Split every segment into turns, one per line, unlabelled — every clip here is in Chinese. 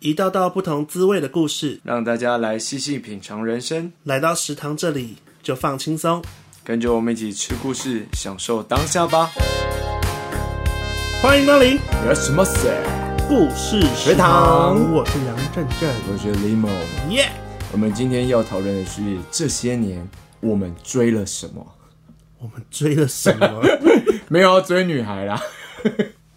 一道道不同滋味的故事，
让大家来细细品尝人生，
来到食堂这里就放轻松。
跟着我们一起吃故事，享受当下吧。
欢迎光临
有什么事？
故事食
食堂
我是杨振振，
我是 Limo，
耶、
我们今天要讨论的是这些年我们追了什么？
我们追了什么？
没有要追女孩啦，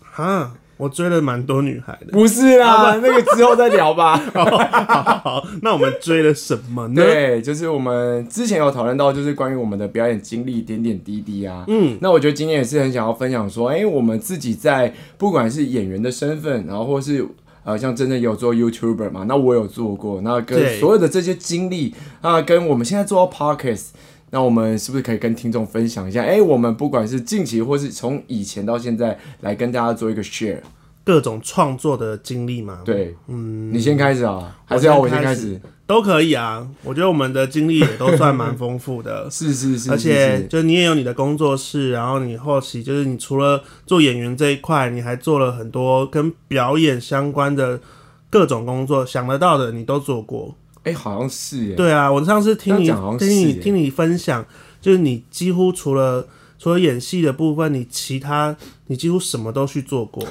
哈，我追了蛮多女孩的。
不是啦，那个之后再聊吧。
好好好，那我们追了什么呢？
对，就是我们之前有讨论到，就是关于我们的表演经历点点滴滴啊。嗯，那我觉得今天也是很想要分享说，哎、我们自己在不管是演员的身份，然后或是呃，像真正有做 YouTuber 嘛，那我有做过，那
对
跟所有的这些经历啊，跟我们现在做到 Podcast。那我们是不是可以跟听众分享一下？哎、我们不管是近期或是从以前到现在，来跟大家做一个 share。
各种创作的经历吗？，
对，嗯，你先开始啊，还是要我先开始？。
都可以啊。我觉得我们的经历也都算蛮丰富的
是是是，
而
是
且，
是
就你也有你的工作室，然后你后期就是你除了做演员这一块，你还做了很多跟表演相关的各种工作，想得到的你都做过。
哎、好像是耶。
对啊，我上次听
这样
你
讲好像
听你
是耶
听你分享，就是你几乎除了除了演戏的部分，你其他你几乎什么都去做 过，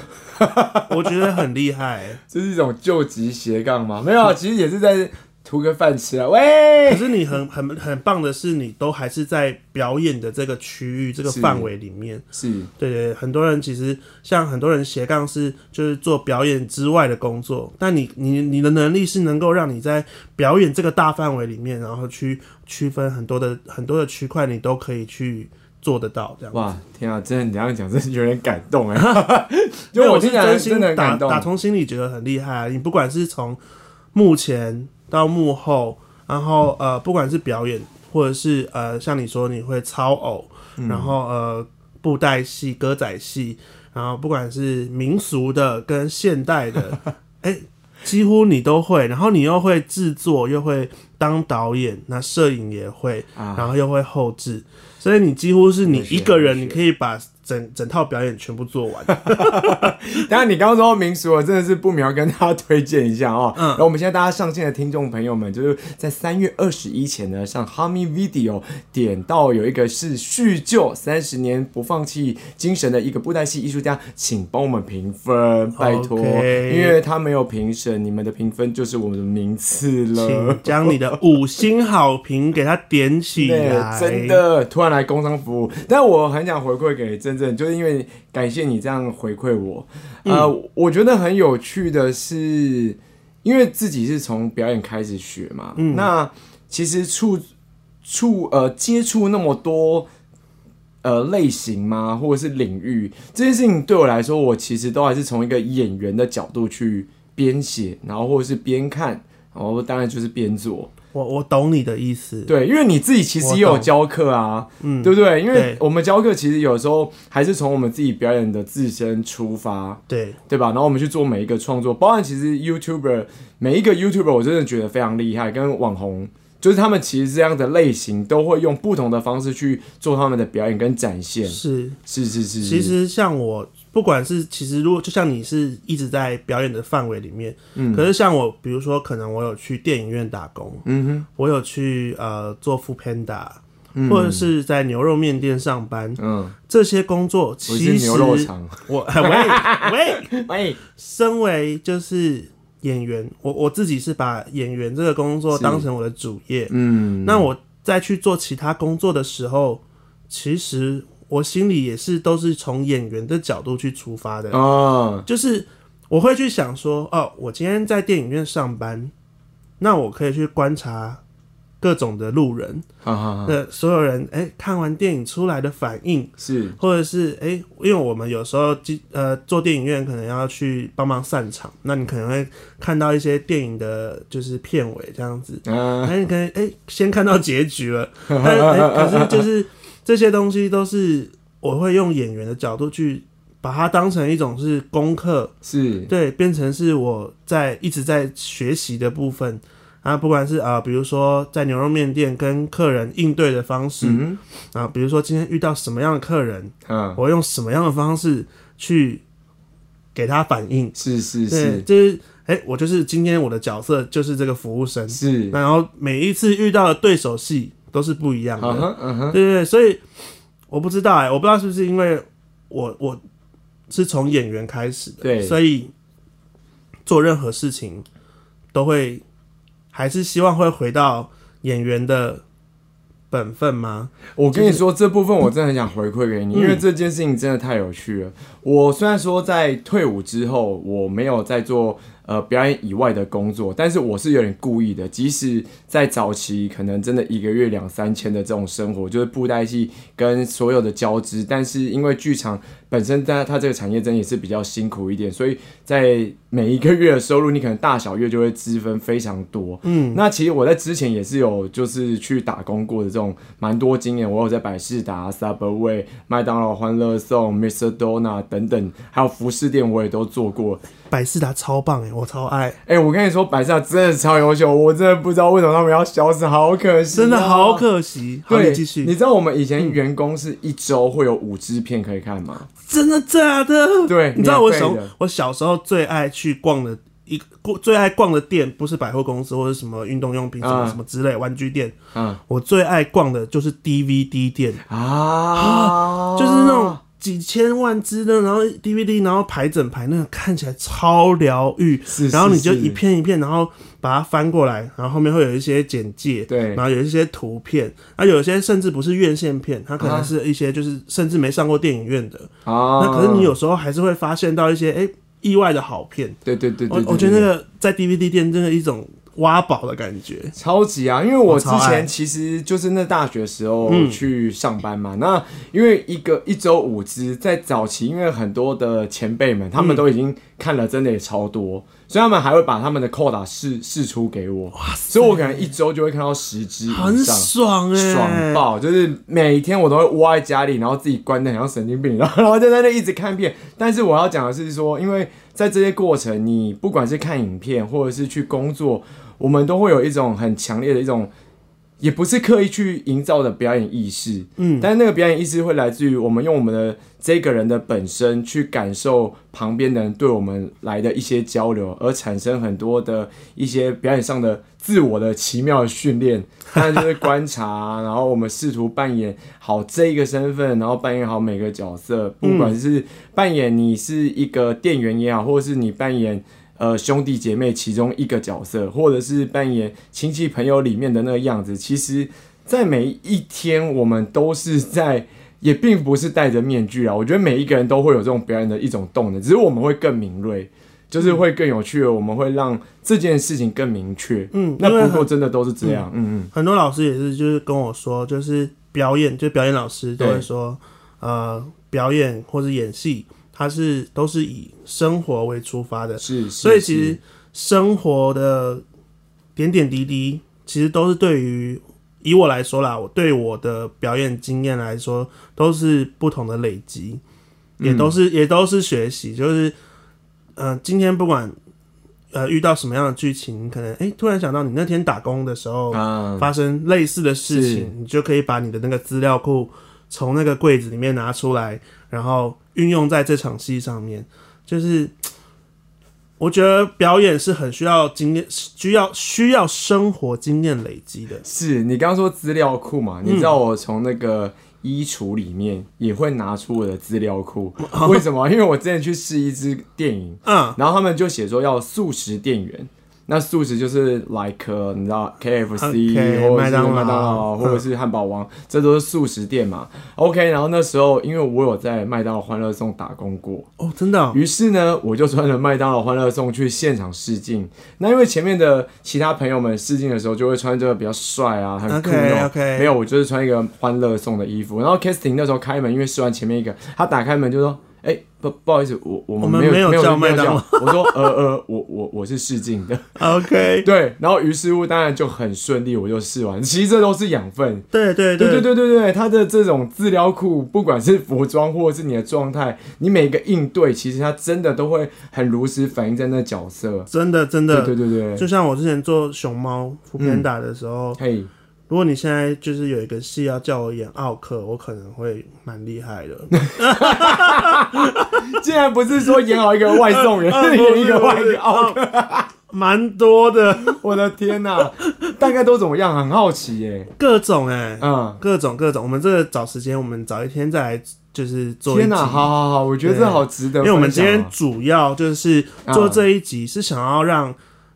我觉得很厉害、
这是一种救急斜杠吗？没有 啊，其实也是在图个饭吃啊。喂
可，是你很很很棒的是，你都还是在表演的这个区域、这个
是
范围里面。
是
对对，对很多人其实像很多人斜杠是就是做表演之外的工作，但你你你的能力是能够让你在表演这个大范围里面，然后去区分很多的很多的区块，你都可以去做得到这样。
哇，天啊，真的你这样讲，真的有点感动哎。 就
因为
我
是
听起来
真
真
心
的很
打
感动
打。从心里觉得很厉害、啊。你不管是从幕前到幕后，然后呃，不管是表演，或者是呃，像你说你会操偶，
嗯
然后呃，布袋戏、歌仔戏，然后不管是民俗的跟现代的， 哎、几乎你都会。然后你又会制作，又会当导演，那摄影也会，
啊
然后又会后置，所以你几乎是你
很
一
炫
个
很
人，你
炫
可以把整整套表演全部做完。
当然，你刚刚说到民俗，我真的是不免要跟大家推荐一下哦。嗯，然后我们现在大家上线的听众朋友们，就是在三月二十一前呢，上 h u m m y Video 点到有一个是叙旧三十年不放弃精神的一个布袋戏艺术家，请帮我们评分，拜托
OK
因为他没有评审，你们的评分就是我们的名次 了
请。将你的五星好评给它点起 来。
真，的突然来工商服务，但我很想回馈给真正，就是因为感谢你这样回馈我。呃，我觉得很有趣的是，因为自己是从表演开始学嘛，那其实触触呃接触那么多。呃，类型吗，或者是领域这件事情对我来说，我其实都还是从一个演员的角度去编写，然后或者是边看，然后当然就是边做。
我我懂你的意思。
对，因为你自己其实也
我
有
懂
教课啊，
嗯
对不对？因
对
为我们教课其实有时候还是从我们自己表演的自身出发，
对
对吧？然后我们去做每一个创作，包含其实 YouTuber 每一个 YouTuber，我真的觉得非常厉害，跟网红。就是他们其实这样的类型都会用不同的方式去做他们的表演跟展现，
是。
是是是，
其
是
实像我，不管是其实如果就像你是一直在表演的范围里面，
嗯
可是像我，比如说可能我有去电影院打工，
嗯哼，
我有去呃做 f o o Panda，、
嗯
或者是在牛肉面店上班，
嗯，
这些工作
我是
其实
牛肉肠，
我 喂喂，
哎，
身为就是演员，我我自己是把演员这个工作
是
当成我的主业。
嗯，
那我在去做其他工作的时候，其实我心里也是都是从演员的角度去出发的，
啊，
就是我会去想说，哦，我今天在电影院上班，那我可以去观察各种的路人，
哈哈哈，
那、所有人哎、看完电影出来的反应，
是
或者是哎、诶因为我们有时候机呃做电影院可能要去帮忙散场，那你可能会看到一些电影的就是片尾这样子，
啊，
那你可能哎、诶先看到结局了，但哎、可是就是这些东西都是我会用演员的角度去把它当成一种是功课，
是
对，变成是我在一直在学习的部分。啊，不管是啊、呃比如说在牛肉面店跟客人应对的方式，
嗯
啊、比如说今天遇到什么样的客人，
嗯，
我用什么样的方式去给他反应？
是是
对，
是，
就是哎、我就是今天我的角色就是这个服务生，
是，啊
然后每一次遇到的对手戏都是不一样的
嗯。哼嗯哼，
对对对，所以我不知道哎、我不知道是不是因为我我是从演员开始的，
对
所以做任何事情都会还是希望会回到演员的本分吗？
我跟你说，这部分我真的很想回馈给你，
嗯
因为这件事情真的太有趣了。我虽然说在退伍之后，我没有在做呃表演以外的工作，但是我是有点故意的。即使在早期，可能真的一个月两三千的这种生活，就是布袋戏跟所有的交织，但是因为剧场本身它它这个产业真的也是比较辛苦一点，所以在每一个月的收入，你可能大小月就会支分非常多。
嗯，
那其实我在之前也是有就是去打工过的这种蛮多经验，我有在百事达、Subway、麦当劳、欢乐颂、Mr. Dona 等等，还有服饰店我也都做过。
百事达超棒哎、我超爱，
哎、我跟你说，百事达真的超优秀，我真的不知道为什么他们要消失，好可惜、哦
真的好。可惜。好，
对，
你继续
你，知道我们以前员工是一周会有五支片可以看吗？
真的假的？
对
你知道我
免费
小
的
我小时候最爱去逛的。一个最爱逛的店不是百货公司或者什么运动用品什么
嗯
什么之类玩具店，
嗯
我最爱逛的就是 DVD 店，
啊，
就是那种几千万只的，然后 DVD，然后排整排，那个看起来超疗愈。
是，
然后你
是
就一
是
片一片，然后把它翻过来，然后后面会有一些简介，
对
然后有一些图片，那有一些甚至不是院线片，它可能是一些就是甚至没上过电影院的，
啊，
那可是你有时候还是会发现到一些哎、诶意外的好片。
对对对对
我
对
我觉得
对
那个在 DVD 店真的一种挖宝的感觉，
超级啊！因为我之
我超爱嗯
前其实就是那大学时候去上班嘛，那因为一个一周五支，在早期因为很多的前辈
嗯
们他们都已经看了，真的也超多，所以他们还会把他们的扣打试试出给我，所以我可能一周就会看到十支以
很
上。
爽哎、
爽爆！就是每天我都会窝在家里，然后自己关的很像神经病，然 后然后就在那一直看片。但是我要讲的是说，因为在这些过程，你不管是看影片或者是去工作，我们都会有一种很强烈的一种。也不是刻意去营造的表演意识，
嗯
但是那个表演意识会来自于我们用我们的这个人的本身去感受旁边的人对我们来的一些交流，而产生很多的一些表演上的自我的奇妙的训练，当然就是观察，然后我们试图扮演好这一个身份，然后扮演好每个角色，不管是扮演你是一个店员也好，或者是你扮演。呃，兄弟姐妹其中一个角色，或者是扮演亲戚朋友里面的那个样子，其实，在每一天我们都是在，也并不是戴着面具啊。我觉得每一个人都会有这种表演的一种动能，只是我们会更敏锐，就是
嗯
会更有趣，我们会让这件事情更明确。
嗯，
那
因为
不
很
过真的都是这样，嗯嗯，
很多老师也是，就是跟我说，就是表演，就表演老师都会说，呃，表演或者演戏，它是都是以生活为出发的，
是，是
所以其
是
实生活的点点滴滴，其实都是对于以我来说啦，我对我的表演经验来说，都是不同的累积，
嗯
也都是、也都是学习，就是呃，今天不管。呃，遇到什么样的剧情，你可能哎、诶突然想到你那天打工的时候，
啊，
发生类似的事
是
情，你就可以把你的那个资料库从那个柜子里面拿出来，然后运用在这场戏上面。就是我觉得表演是很需要经验，需要需要生活经验累积的。
是你刚刚说资料库嘛？
嗯
你知道我从那个衣橱里面也会拿出我的资 料库，为什么？因为我之前去试一支电影，
嗯，
然后他们就写说要素食店员。那素食就是 like 呃你知道 KFC
啊 OK，
或者
麦
是
当劳
麦当劳
嗯
或者是汉堡王，这都是素食店嘛。OK，然后那时候因为我有在麦当劳欢乐颂打工过，
哦，真的哦、
于是呢，我就穿着麦当劳欢乐颂去现场试镜。那因为前面的其他朋友们试镜的时候，就会穿这个比较帅啊，很酷那种。
OK，OK
没有，我就是穿一个欢乐颂的衣服。然后 casting 那时候开门，因为试完前面一个，他打开门就说：“哎、不不好意思，我我
我
们
们
没有
没有
没有
叫
没有
麦当劳
叫我说：“呃呃，我我我是试镜的。
啊 OK，”
对，然后于是乎当然就很顺利，我就试完。其实这都是养分，
对对
对
对
对对对对，他的这种治疗库，不管是服装或是你的状态，你每个应对，其实他真的都会很如实反映在那角色。
真的真
对
的，
对对对，
就像我之前做熊猫副片打的时候，
嘿，
如果你现在就是有一个戏要叫我演奥克，我可能会蛮厉害的。
竟然不是说演好一个外送 员，是演一个外
啊
奥克，
蛮多的，
我的天哪、大概都怎么样？很好奇耶、
各种哎、
嗯，
各种各种。我们这个找时间，我们找一天再来，就是做一集。
天哪、好好好，我觉得
对
这好值得分享哦、
因为我们今天主要就是做这一集，是想要让、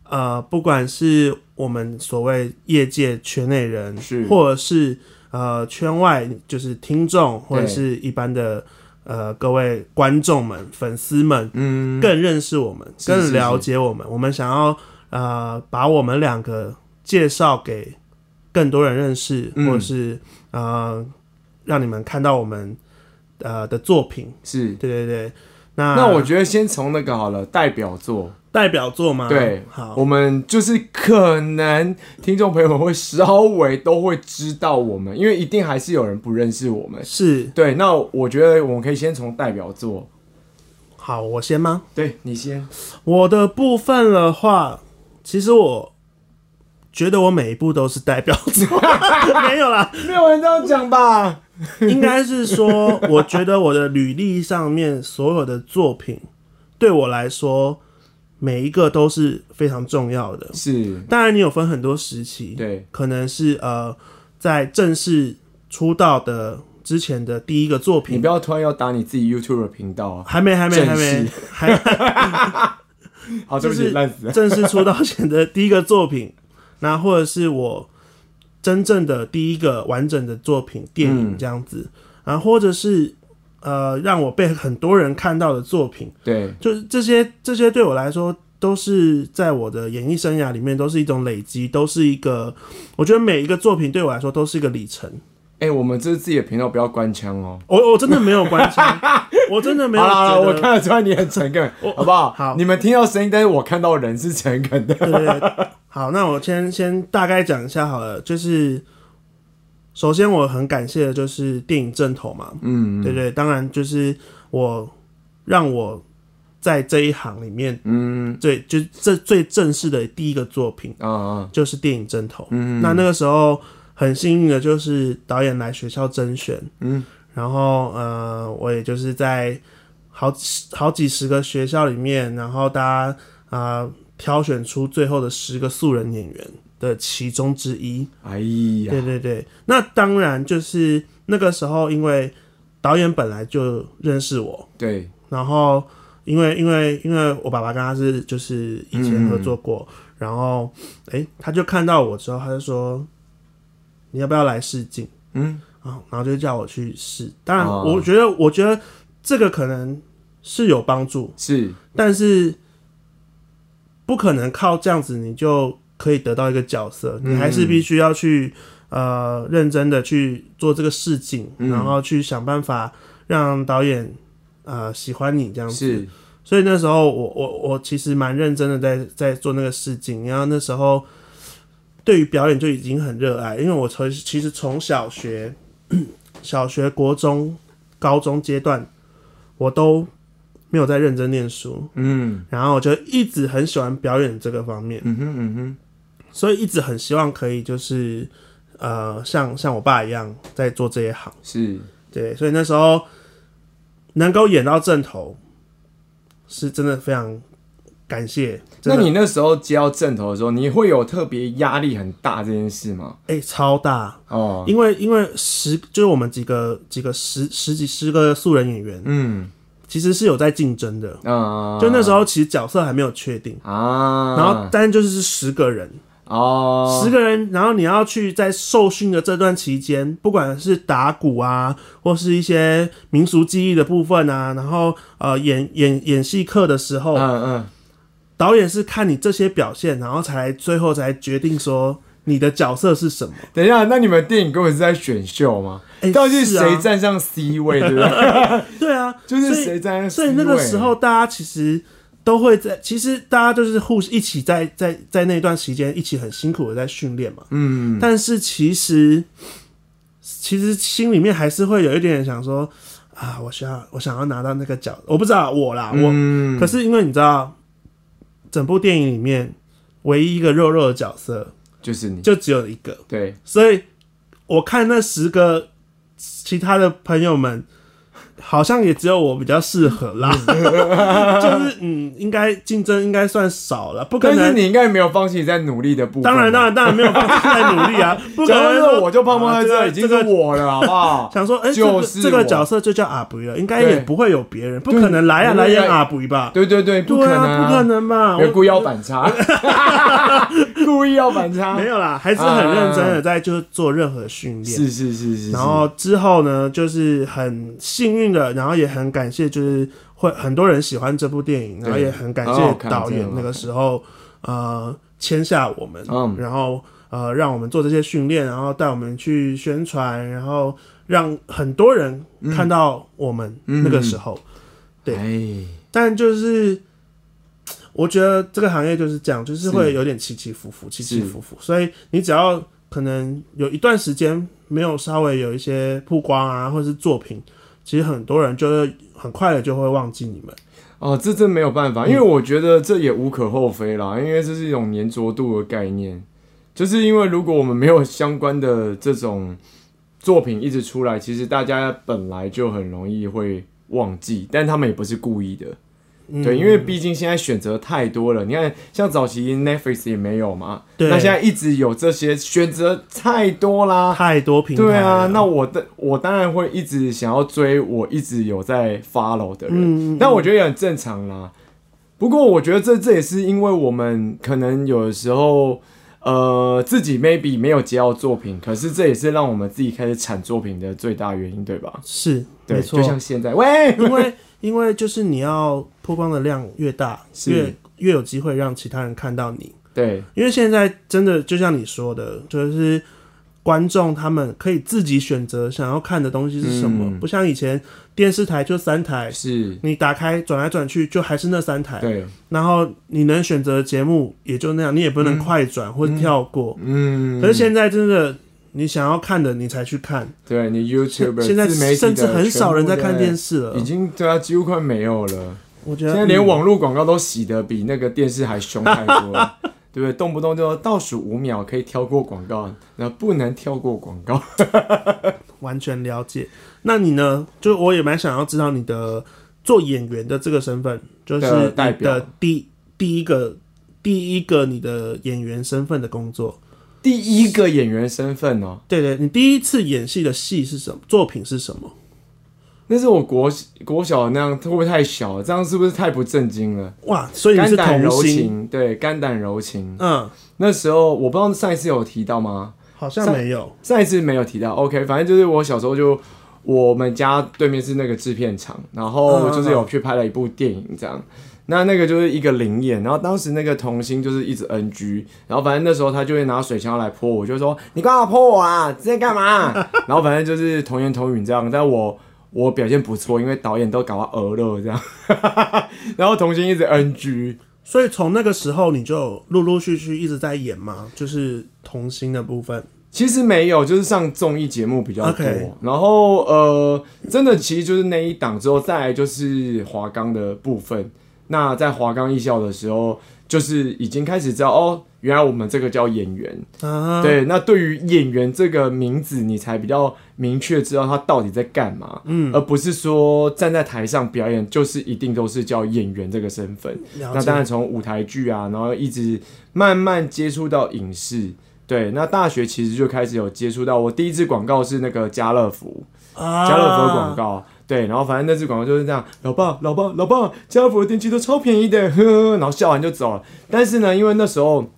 呃，不管是我们所谓业界圈内人，
是
或者是呃圈外就是听众，或者
对
是一般的呃各位观众们、粉丝们，
嗯，
更认识我们，
是是
更了解我们。我们想要呃把我们两个介绍给更多人认识，
嗯
或者是呃让你们看到我们呃的作品。
是。
对啊对对，那
那我觉得先从那个好了，代表作，
代表作吗？
对
好，
我们就是可能听众朋友们会稍微都会知道我们，因为一定还是有人不认识我们。
是
对，那我觉得我们可以先从代表作，
好，我先吗？
对你先，
我的部分的话，其实我觉得我每一部都是代表作， 没有啦，
没有人这样讲吧？
应该是说，我觉得我的履历上面所有的作品，对我来说，每一个都是非常重要的。
是，
当然，你有分很多时期，
对，
可能是呃，在正式出道的之前的第一个作
你
品
不，要突然要打你自己 YouTube 的频道啊！
还没，还没，还没
正，
还
好，对
就
不起，
是
烂死 了。
正式出道前的第一个作品，那或者是我真正的第一个完整的作品电
嗯
影这样子，然后或者是呃让我被很多人看到的作品，
对，
就是这些这些对我来说都是在我的演艺生涯里面都是一种累积，都是一个我觉得每一个作品对我来说都是一个里程。
哎、我们这是自己的频道，不要官腔哦。
我我真的没有关系， 我真的没有
好啦，好啦
觉
我
得
看得出来你很诚 恳，好不好？
好
你们听到声音，但是我看到人是诚恳的。
对对对，好，那我先先大概讲一下好了，就是首先我很感谢的就是电影正头嘛，
嗯
对对，当然就是我让我在这一行里面
嗯
最就是这最正式的第一个作品
啊啊
就是电影正头，
嗯
那那个时候很幸运的就是导演来学校甄选，
嗯，
然后呃，我也就是在好几好几十个学校里面，然后大家啊、呃挑选出最后的十个素人演员的其中之一。
哎呀，
对对对，那当然就是那个时候，因为导演本来就认识我，
对，
然后因为因为因为我爸爸跟他是就是以前合
嗯
作过，然后诶，他就看到我之后，他就说你要不要来试镜？
嗯，
啊，然后就叫我去试。当然，
哦
我觉得我觉得这个可能是有帮助，
是
但是不可能靠这样子你就可以得到一个角色，你还
嗯
是必须要去呃认真的去做这个试镜，
嗯
然后去想办法让导演呃喜欢你这样子。
是，
所以那时候我我我其实蛮认真的在在做那个试镜，然后那时候对于表演就已经很热爱，因为我从其实从小学、 小学、国中、高中阶段，我都没有在认真念书，
嗯
然后我就一直很喜欢表演这个方面，
嗯哼嗯哼，
所以一直很希望可以就是呃像像我爸一样在做这一行。
是
对，所以那时候能够演到正头，是真的非常感谢。
那
真的
你那时候接到正头的时候，你会有特别压力很大这件事吗？
哎、超大，
哦，
因为因为十就是我们几个几个十十几十个素人演员，
嗯
其实是有在竞争的。
啊，
就那时候其实角色还没有确定，
啊，
然后但就是是十个人，
哦，
十个人，然后你要去在受训的这段期间，不管是打鼓啊，或是一些民俗技艺的部分啊，然后呃演演演戏课的时候，
嗯嗯，
导演是看你这些表现，然后才最后才决定说你的角色是什么。
等一下，那你们电影根本是在选秀吗？
哎
到底
是
是
啊
谁站上 C 位，对 不对？
对啊，
就是
所以
谁站上 C
所
位？
以那个时候大家其实都会在，其实大家就是互一起在在在那段时间一起很辛苦的在训练嘛。
嗯，
但是其实其实心里面还是会有一点想说啊，我想要我想要拿到那个角，我不知道我啦，我、
嗯，
可是因为你知道，整部电影里面唯一一个肉肉的角色
就是你，
就只有一个，
对，
所以我看那十个其他的朋友们，好像也只有我比较适合 啦，就是嗯，应该竞争应该算少了，不可
但是
能。
你应该没有放弃你在努力的部分。啊
当然，当然，当然没有放弃在努力 啊，不可
假
能
如
说
说我就胖胖在这，
啊
已经是
个
我了，好不好？
想说，哎、
就是
这个这
我
个角色就叫阿布了，应该
对
也不会有别人，不可能来啊，
不
来
会啊
演阿布吧？
对对对，不可
对
能、
啊，不可能吧？
没有
我
故意要反差， 故意要反差
没，有啦，还是很认
啊
真的在就是做任何训练。
是是是是，
然后之后呢，就是很幸运的，然后也很感谢，就是会很多人喜欢这部电影，然后也很感
很好
谢
哦看
导
真
演
的
那个时候呃签下我们，
嗯
然后呃让我们做这些训练，然后带我们去宣传，然后让很多人
嗯
看到我们那个时候。
是
对
哎，
但就是我觉得这个行业就是这样，就是会有点起起伏伏，起起伏伏。所以你只要可能有一段时间没有稍微有一些曝光啊，或者是作品，其实很多人就是很快的就会忘记你们。
哦，这真没有办
嗯
法，因为我觉得这也无可厚非啦，因为这是一种粘着度的概念，就是因为如果我们没有相关的这种作品一直出来，其实大家本来就很容易会忘记，但他们也不是故意的，
嗯
对，因为毕竟现在选择太多了，你看像早期 Netflix 也没有嘛，
对
那现在一直有这些选择太多啦，
太多平台了
对啊，那我的我当然会一直想要追我一直有在 follow 的
嗯
人，那、我觉得也很正常啦。不过我觉得这这也是因为我们可能有的时候，呃，自己 maybe 没有接到作品，可是这也是让我们自己开始产作品的最大原因，对吧？
是
对，
没
就
错，
像现在，喂，
因为因为就是你要曝光的量越大，
是
越越有机会让其他人看到你。
对，
因为现在真的就像你说的，就是观众他们可以自己选择想要看的东西是什么，
嗯
不像以前电视台就三台，
是，
你打开转来转去就还是那三台，
对，
然后你能选择的节目也就那样，你也不能快转或跳过。
嗯，
可是现在真的。你想要看的，你才去看。
对你 YouTube
现在甚至很少人在看电
视
视
已
了。
经对啊，几乎快没有了。
我觉得
现在连
嗯
网络广告都洗得比那个电视还凶太多 了，对不对？动不动就倒数五秒可以跳过广告，那不能跳过广告。
完全了解。那你呢？就我也蛮想要知道你的做演员的这个身份，就是
的
你
代表
的第第一个第一个你的演员身份的工作。
第一个演员身份哦，
对对，你第一次演戏的戏是什么？作品是什么？
那是我国国小那样，会不会太小了？这样是不是太不正经了？
哇，所以你
肝
是
胆
童
柔
星？
情，对，肝胆柔情。
嗯，
那时候我不知道上一次有提到吗？
好像
上
没有。
上一次没有提到，OK，反正就是我小时候就我们家对面是那个制片厂，然后就是有去拍了一部电影这样。那那个就是一个灵眼，然后当时那个童星就是一直 NG，然后反正那时候他就会拿水枪来泼我，就说你干嘛泼我啊？你在干嘛？ 然后反正就是童言童语这样，但我我表现不错，因为导演都搞到鹅了这样， 然后童星一直 NG，
所以从那个时候你就陆陆续续一直在演嘛，就是童星的部分。
其实没有，就是上综艺节目比较多。
OK
然后呃，真的其实就是那一档之后，再来就是华冈的部分。那在华冈艺校的时候，就是已经开始知道哦，原来我们这个叫演员。
啊，
对，那对于演员这个名字，你才比较明确知道他到底在干嘛，嗯，而不是说站在台上表演，就是一定都是叫演员这个身份。
了
那当
解。
然从舞台剧啊，然后一直慢慢接触到影视。对，那大学其实就开始有接触到，我第一支广告是那个家乐福，
啊
家乐福的广告。对，然后反正那支广告就是这样，老爸，老爸，老爸，家乐福的电器都超便宜的， 呵呵，然后笑完就走了。但是呢，因为那时候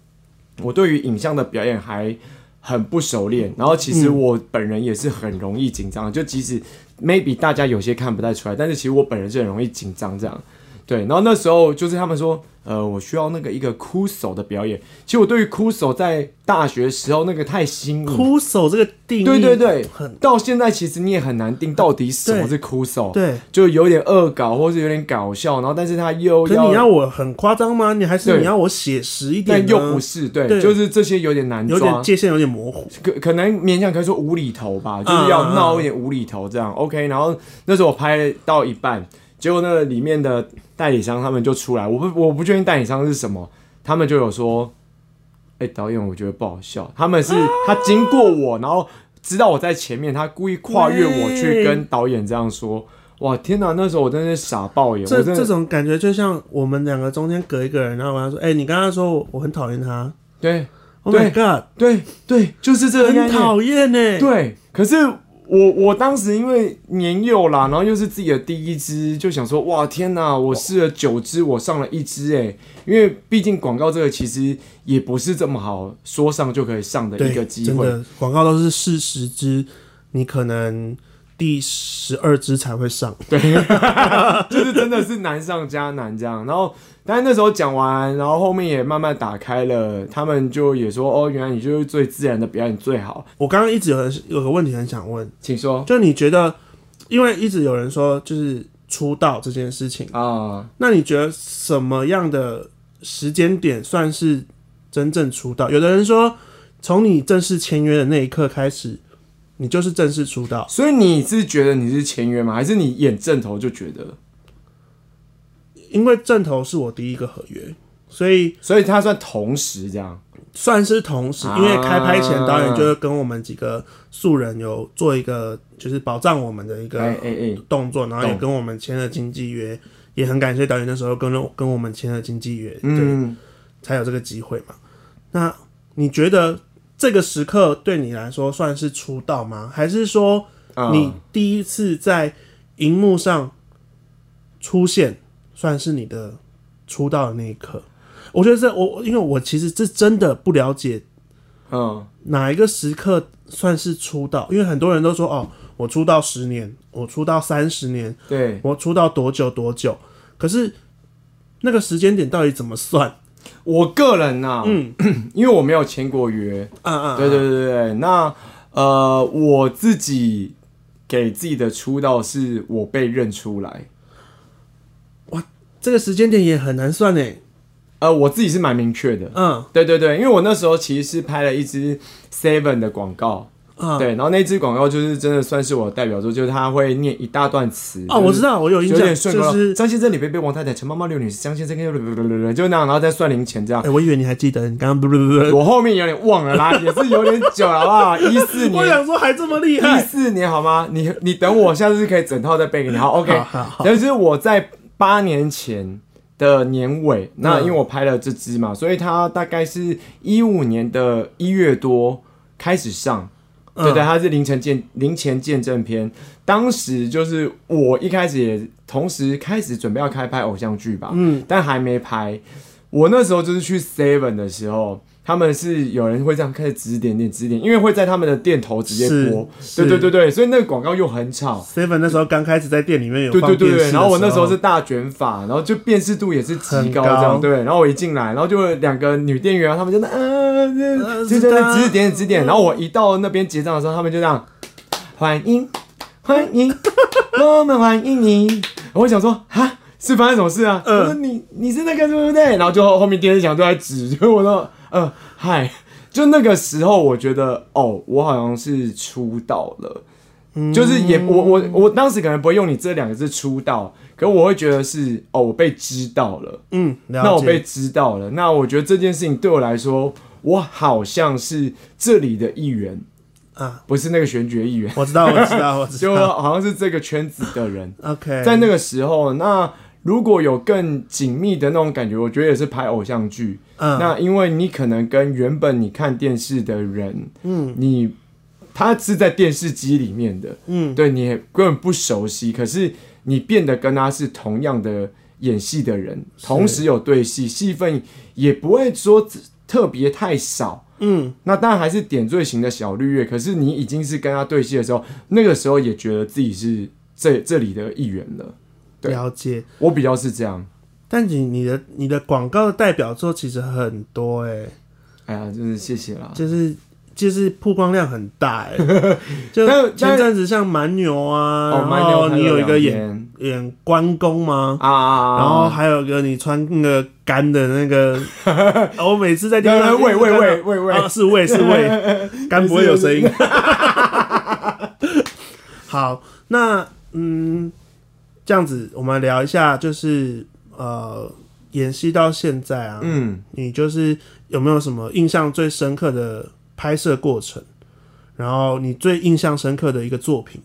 我对于影像的表演还很不熟练，然后其实我本人也是很容易紧张，就即使 maybe 大家有些看不太出来，但是其实我本人是很容易紧张这样。对，然后那时候就是他们说，呃，我需要那个一个哭手的表演。其实我对于哭手在大学时候那个太新颖了，
哭手这个定义，
对对对
很，
到现在其实你也很难定到底什么是哭手，
对。
就有点恶搞或是有点搞笑，然后但是他又
可是
要
你要我很夸张吗？你还是
对
你要我写实一点呢？
但又不是，对，
对
就是这些有点难
有
抓
点。界限有点模糊。
可可能勉强可以说无厘头吧，
嗯
就是要闹一点无厘头这样。OK，然后那时候我拍到一半，结果那个里面的代理商他们就出来，我不我不确定代理商是什么，他们就有说哎、导演，我觉得不好笑。他们
啊
是他经过我，然后知道我在前面，他故意跨越我
对
去跟导演这样说。哇，天哪！那时候我真的是傻爆眼，我
这
真
这
的
种感觉就像我们两个中间隔一个人，然后我跟他说：“哎、你刚刚说我我很讨厌他
对
，Oh my
对
god，
对对，就是这个概
很
念。
讨厌欸呢。”
对，可是我我当时因为年幼啦，然后又是自己的第一支，就想说哇天哪，我试了九支，我上了一支哎、因为毕竟广告这个其实也不是这么好说上就可以上的
对，
一个机
真
会。
的广告都是四十支，你可能第十二支才会上。
对， 就是真的是难上加难这样。然后，但是那时候讲完，然后后面也慢慢打开了，他们就也说哦，原来你就是最自然的表演最好，
我刚刚一直有很有个问题很想问，
请说
就你觉得，因为一直有人说就是出道这件事情，
啊。
那你觉得什么样的时间点算是真正出道？有的人说，从你正式签约的那一刻开始，你就是正式出道。
所以你是觉得你是签约吗？还是你演正头就觉得？
因为正头是我第一个合约，所以
所以他算同时这样。
算是同时。
啊
因为开拍前导演就会跟我们几个素人有做一个，就是保障我们的一
哎
个
哎哎，
动作，然后也
懂
跟我们签了经纪约。也很感谢导演那时候跟了跟我们签了经纪约，对，
嗯，
才有这个机会嘛。那你觉得这个时刻对你来说算是出道吗？还是说
啊
你第一次在荧幕上出现，算是你的出道的那一刻？我觉得这我因为我其实这真的不了解
嗯，
哪一个时刻算是出道，因为很多人都说哦，我出道十年，我出道三十年，
对，
我出道多久多久，可是那个时间点到底怎么算？
我个人呐、嗯， 因为我没有签过约，
啊啊，
对对对对对。那呃，我自己给自己的出道是我被认出来，
这个时间点也很难算诶。
呃，我自己是蛮明确的。
嗯
对对对，因为我那时候其实是拍了一支 Seven 的广告，
啊，
对，然后那支广告就是真的算是我的代表作，就是他会念一大段词
哦，我知
道。
道，我有印
有
象，
点顺口
就
了。
是
张先生，你被被王太太、陈妈妈、六女士、张先生跟就那样，然后再算零钱这样
哎、。我以为你还记得，你刚刚不不不不，
我后面有点忘了啦，也是有点久了，好不 好？一四
我
年，
想说还这么厉
一
害，
四年好吗？你你等我，下次可以整套再背给你。好，OK
好。好好，
但是我在八年前的年尾，那因为我拍了这支嘛，所以它大概是一五年的一月多开始上。对对，
嗯
它是凌晨见凌前见证篇。当时就是我一开始也同时开始准备要开拍偶像剧吧，嗯，但还没拍。我那时候就是去 Seven 的时候，他们是有人会这样开始指点点指点，因为会在他们的店头直接
是
播，对
是
对对对，所以那个广告又很吵。
，Seven 那时候刚开始在店里面有
对
放
对
电
对
视的
对，
时
然
候
后我那时候是大卷发，然后就辨识度也是极高这
很
样，
高
对。然后我一进来，然后就两个女店员，她们就那啊，
呃
就在
是的
那指指点点指点。然后我一到那边结账的时候，他们就这样欢迎欢迎，我们欢迎你。然后我想说哈，是发生什么事啊？
嗯
我说你你是那个对不对？然后就后后面电视墙都在指，就我说呃嗨，就那个时候我觉得哦，我好像是出道了。就是也我我我当时可能不会用你这两个字出道，可我会觉得是哦，我被知道了，
嗯，了解，
那我被知道了，那我觉得这件事情对我来说，我好像是这里的一员，
啊，
不是那个选举的一员，
我知道，我知 道，我知
就
道
好像是这个圈子的人。
，OK，
在那个时候，那如果有更紧密的那种感觉，我觉得也是拍偶像剧。
嗯
那因为你可能跟原本你看电视的人，嗯，你他是在电视机里面的，
嗯，
对你也根本不熟悉，可是你变得跟他是同样的演戏的人，同时有对戏，戏份也不会说特别太少。
嗯，
那当然还是点缀型的小绿叶，可是你已经是跟他对戏的时候，那个时候也觉得自己是这这里的一员了。对
了解。
我比较是这样，
但你你的你的广告代表作其实很多哎、
哎呀，真是谢谢啦。
就是就是曝光量很大 哎、就
但但
前阵子像蛮牛啊，
哦，蛮
然后你有一个演
演
演关公吗？
啊啊，啊
然后还有一个你穿那个干的那 个，哦我每次在地
来来
上
喂 喂喂喂
啊
喂，
是喂是 喂，干不会有声音。 好，那嗯，这样子我们聊一下，就是呃，演戏到现在啊，
嗯，
你就是有没有什么印象最深刻的拍摄过程？然后你最印象深刻的一个作品？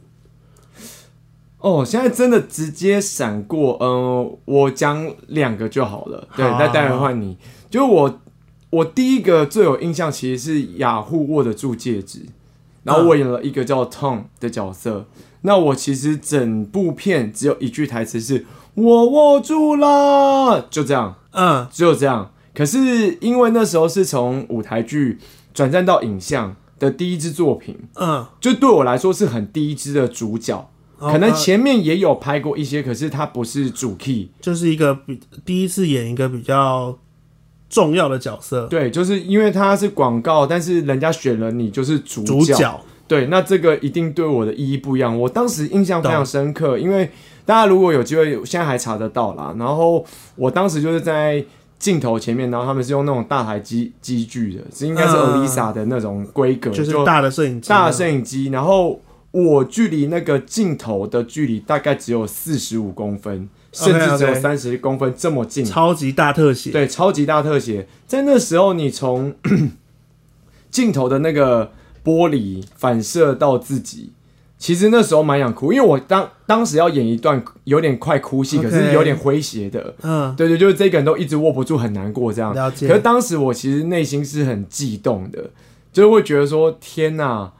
哦，现在真的直接闪过，嗯、我讲两个就好了。对，
好
那待会换你。就我，我第一个最有印象其实是雅虎握得住戒指，然后我演了一个叫 Tom 的角色。那我其实整部片只有一句台词是“我握住了”，就这样。
嗯，
只有这样。可是因为那时候是从舞台剧转战到影像的第一支作品，
嗯，
就对我来说是很第一支的主角。
哦
可能
呃
前面也有拍过一些，可是它不是主 key。
就是一个比第一次演一个比较重要的角色，
对，就是因为它是广告，但是人家选了你就是主
主
角。
角，
对，那这个一定对我的意义不一样。我当时印象非常深刻，因为大家如果有机会，现在还查得到啦。然后我当时就是在镜头前面，然后他们是用那种大台机机具的，是应该是
嗯
Elisa 的那种规格，
就是
就
大的摄影机，
大的摄影机。然后我距离那个镜头的距离大概只有四十五公分，甚
OK，OK
至只有三十公分这么近。
超级大特写，
对，超级大特写，在那时候你从 镜头的那个玻璃反射到自己，其实那时候蛮想哭，因为我当当时要演一段有点快哭戏，可
OK
是有点诙谐的。
嗯，
对对，就是这个人都一直握不住，很难过这样。
了解
可是当时我其实内心是很悸动的，就是会觉得说：天哪！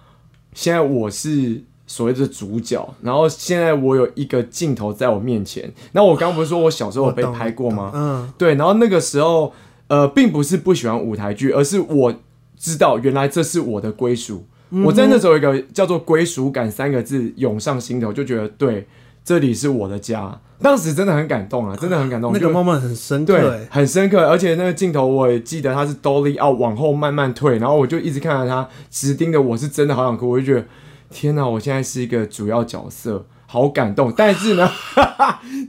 现在我是所谓的主角，然后现在我有一个镜头在我面前。那我刚不是说我小时候有被
懂
拍过吗？
嗯，
对，然后那个时候，呃，并不是不喜欢舞台剧，而是我知道原来这是我的归属。我在那时候有一个叫做“归属感”三个字涌上心头，就觉得对，这里是我的家。当时真的很感动啊，真的很感动。
那个
就
moment 很深刻，
对
欸，
很深刻，而且那个镜头我也记得，他是兜里奥往后慢慢退，然后我就一直看着他，直盯着我，是真的好想哭，我就觉得天哪，我现在是一个主要角色，好感动。 但是呢，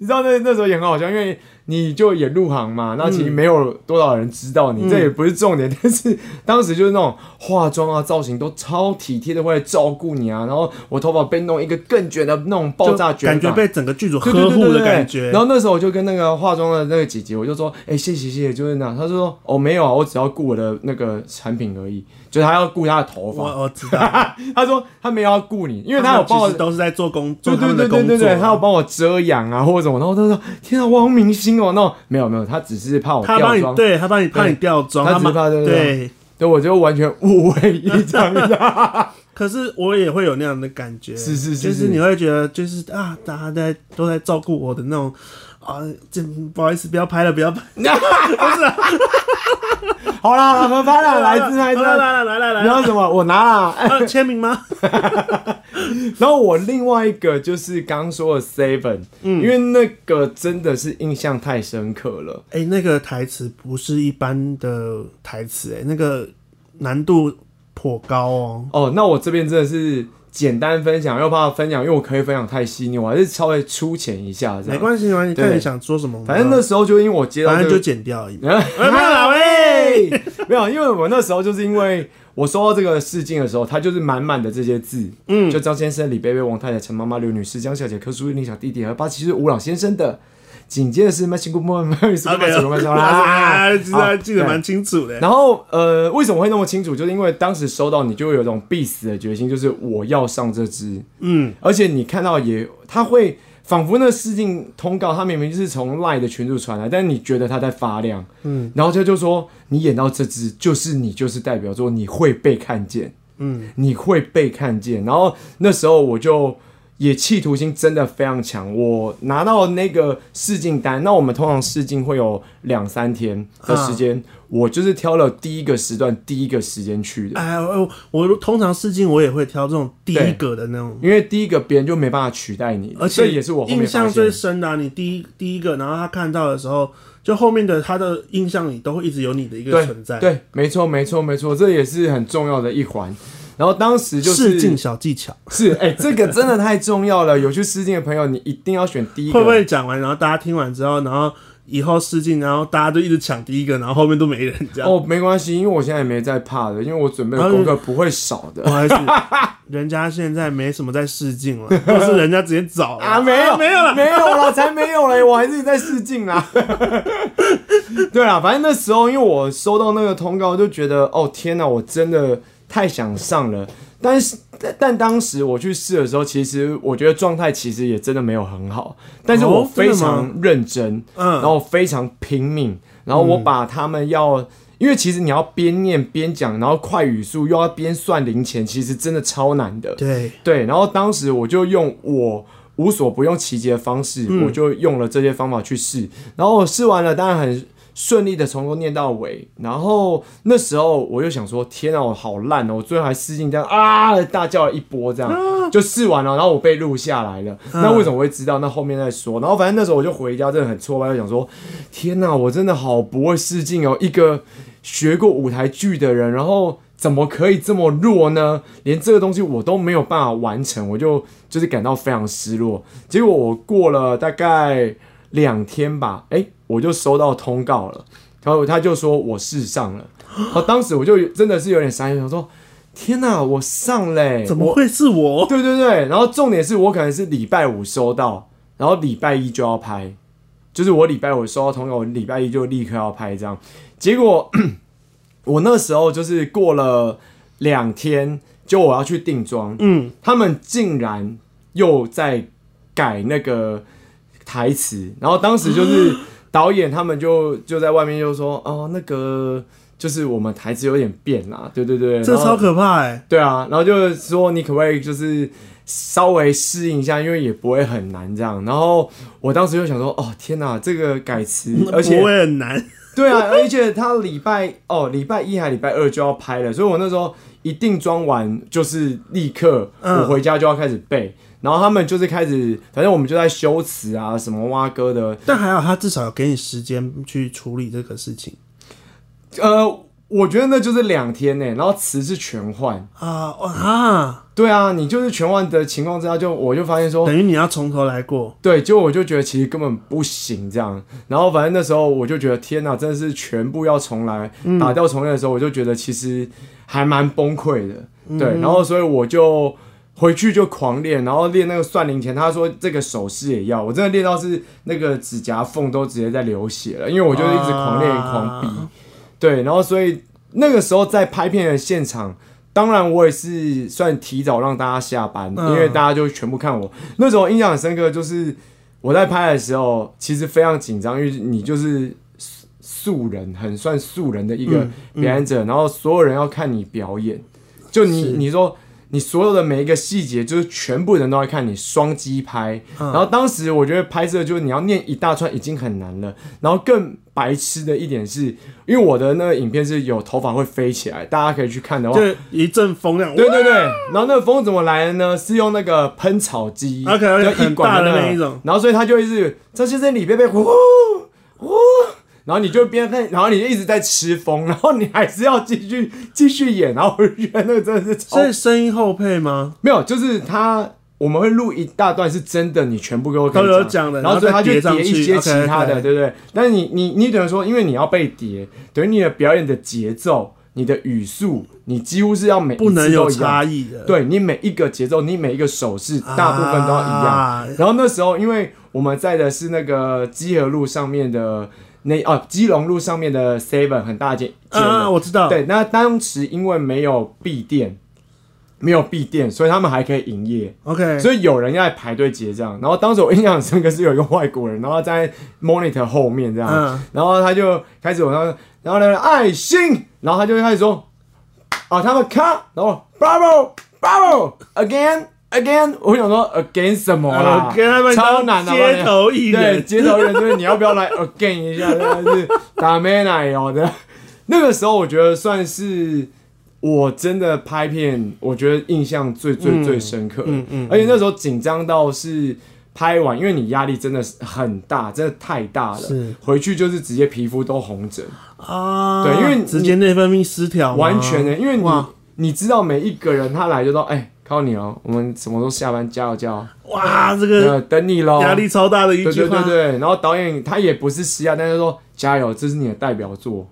你知道那那时候也很好笑，因为你就也入行嘛，那其实没有多少人知道
嗯
你，这也不是重点，但是当时就是那种化妆啊、造型都超体贴的，会来照顾你啊，然后我头发被弄一个更卷的那种爆炸
就
卷
感觉
法
被整个剧组
对对
呵
对
护
对
的
对
感觉，
然后那时候我就跟那个化妆的那个姐姐，我就说：“哎、谢谢谢谢，就是那样。”她就说：“哦，没有啊，我只要顾我的那个产品而已，就是她要顾她的头发。
我我知道，”
她说：“她没有要顾你，因为她有
他们
帮我
其实都是在做工，做
对
他
对
们的
对
工
对
作，啊
对对，他有帮我遮阳啊或者什么，然后他说：“天啊，我好明星哦！”那种没有没有，他只是怕我
他帮
掉
你，
妆，
对他帮你怕你掉妆，
他
他
只
帮
怕对对对
对。
对我就完全误会一场。
可是我也会有那样的感觉，
是是是
就是是你会觉得就是啊，大家在都在照顾我的那种啊，这不好意思，不要拍了，不要拍，
好啦，好啦合拍了，来自 来自
来来来来来来，
你要什么？我拿啦。
啊签名吗？
然后我另外一个就是刚刚说的 Seven，、因
嗯
为那个真的是印象太深刻了。
哎、那个台词不是一般的台词，哎，那个难度颇高哦。
哦，那我这边真的是简单分享，又怕分享，因为我可以分享太细腻，我还是稍微粗浅一下这
没
样。
关系，没关系，
对
看你想说什么。
反正那时候就因为我接到
反
这
正就
个，
剪掉而已。
哎
没有啦
喂，没有，因为我那时候就是因为我收到这个试镜的时候，它就是满满的这些字，嗯，就张先生、李贝贝、王太太、陈妈妈、刘女士、江小姐、柯淑玉、林小弟弟和八七岁吴老先生的。紧接着是 Matching Good Morning Mary，什么什么什么
啊，记
好
得记得
对
蛮清楚的。
然后呃，为什么会那么清楚？就是因为当时收到，你就会有一种必死的决心，就是我要上这支。
嗯，
而且你看到也，他会仿佛那试镜通告，他明明就是从 LINE 的群组传来，但是你觉得他在发亮。嗯，然后他就说你演到这支，就是你就是代表作，你会被看见。嗯，你会被看见。然后那时候我就。也企图心真的非常强。我拿到那个试镜单，那我们通常试镜会有两三天的时间，
嗯
我就是挑了第一个时段、第一个时间去的，
哎，我我通常试镜我也会挑这种第一个的那种，
因为第一个别人就没办法取代你，
而
这
且
也是我后面
印
发
象
现
最
的
深的啊、你第一第一个，然后他看到的时候，就后面的他的印象里都会一直有你的一个
对
存在。，
对，没错，没错，没错，这也是很重要的一环。然后当时就是
试镜小技巧，
是哎、这个真的太重要了。有去试镜的朋友，你一定要选第一个。
会不会讲完，然后大家听完之后，然后以后试镜，然后大家就一直抢第一个，然后后面都没人这样？
哦，没关系，因为我现在也没在怕的，因为我准备的功课不会少的
不。好意思，人家现在没什么在试镜了，都是人家直接找了
啊，没有，
没有了。
没有啦，才没有嘞，我还是在试镜啦。 对啦，反正那时候因为我收到那个通告，就觉得哦天哪，我真的太想上了。但是但但当时我去试的时候，其实我觉得状态其实也真的没有很好，但是我
哦真
非
的吗
常认真，然
嗯，
后非常拼命，然后我把他们要，因为其实你要边念边讲，然后快语速又要边算零钱，其实真的超难的。
对，
对，然后当时我就用我无所不用其极的方式，我就用了这些方法去试，然后我试完了，当然很顺利的从头念到尾。然后那时候我就想说，天啊，我好烂哦！我最后还试镜这样啊大叫了一波，这样、就试完了，然后我被录下来了。那为什么我会知道？那后面再说。然后反正那时候我就回家，真的很挫败，就想说，天哪，我真的好不会试镜哦，一个学过舞台剧的人，然后怎么可以这么弱呢？连这个东西我都没有办法完成，我就就是感到非常失落。结果我过了大概两天吧，哎、我就收到通告了，然后他就说我试上了，然后当时我就真的是有点傻眼，想说。天哪，我上嘞、
怎么会是我？
对对对，然后重点是我可能是礼拜五收到，然后礼拜一就要拍，就是我礼拜五收到通告，我礼拜一就立刻要拍这样。结果 我那时候就是过了两天，就我要去定妆，
嗯，
他们竟然又在改那个台词，然后当时就是 导演他们就就在外面就说哦那个。就是我们台词有点变啦、对对对，
这
然后
超可怕哎、
对啊，然后就是说你可不可以就是稍微适应一下，因为也不会很难这样。然后我当时就想说，哦天哪，这个改词，而 且
不会很难。
对啊，而且他礼拜哦礼拜一还礼拜二就要拍了，所以我那时候一定装完就是立刻
嗯
我回家就要开始背。然后他们就是开始，反正我们就在修辞啊，什么蛙哥的，
但还好他至少有给你时间去处理这个事情
呃，我觉得那就是两天呢、然后词是全换，
啊哇啊！
对啊，你就是全换的情况之下就，我就发现说，
等于你要从头来过，
对，就我就觉得其实根本不行这样，然后反正那时候我就觉得天哪，真的是全部要重来，打掉重练的时候，我就觉得其实还蛮崩溃的，对，然后所以我就回去就狂练，然后练那个算零钱，他说这个手势也要，我真的练到是那个指甲缝都直接在流血了，因为我就一直狂练狂逼，
啊
对，然后所以那个时候在拍片的现场，当然我也是算提早让大家下班，
嗯
因为大家就全部看我。那时候印象很深刻，就是我在拍的时候，其实非常紧张，因为你就是素素人，很算素人的一个
嗯嗯
表演者，然后所有人要看你表演，就你
是
你说。你所有的每一个细节，就是全部人都在看你双击拍。
嗯
然后当时我觉得拍摄就是你要念一大串已经很难了，然后更白痴的一点是，因为我的那个影片是有头发会飞起来，大家可以去看的话，
就一阵风那样。
对对对。然后那个风怎么来的呢？是用那个喷草机
OK，OK，
就一
很
管
大的
个
那一种
然后所以它就一直这先生里贝贝呼呼，然后你就边看，然后你就一直在吃风，然后你还是要继续继续演，然后我就觉得那个真的是超
所以声音后配吗？
没有，就是他我们会录一大段是真的，你全部给我看
都有讲的
然后所
然
以他
后再叠
就
上
叠
去
一些其
OK，OK
他的，对不对？但是你你你等于说，因为你要被叠，等于你的表演的节奏、你的语速，你几乎是要每一次
不能有
哦都一样
差异的。
对你每一个节奏，你每一个手势，
啊，
大部分都要一样。然后那时候，因为我们在的是那个基河路上面的那哦，基隆路上面的 Seven 很大间间的
啊，我知道。
对，那当时因为没有闭店，没有闭店，所以他们还可以营业。
，OK，
所以有人要来排队结账，然后当时我印象很深刻是有一个外国人，然后在 monitor 后面这样，
嗯
然后他就开始我那，然后呢爱心，然后他就开始说，啊他们咔，然后 bravo bravo again again，我想说 again 什么啦，
呃我跟他们
超难的，
街头艺
对，
人，
街头艺人就是你要不要来 again 一下，真的是打妹奶油的。那个时候我觉得算是我真的拍片，我觉得印象最最最深刻。
嗯嗯嗯
而且那时候紧张到是拍完，因为你压力真的是很大，真的太大了
是，
回去就是直接皮肤都红疹，
啊，
对因为你
直接内分泌失调吗，
完全的、因为你
啊哇
你知道每一个人他来就说，哎、靠你哦，我们什么时候下班？加油加油，
哇，这个
呃，等你喽。
压力超大的一
对
句
对
话
对，对，然后导演他也不是施压，但是说加油，这是你的代表作。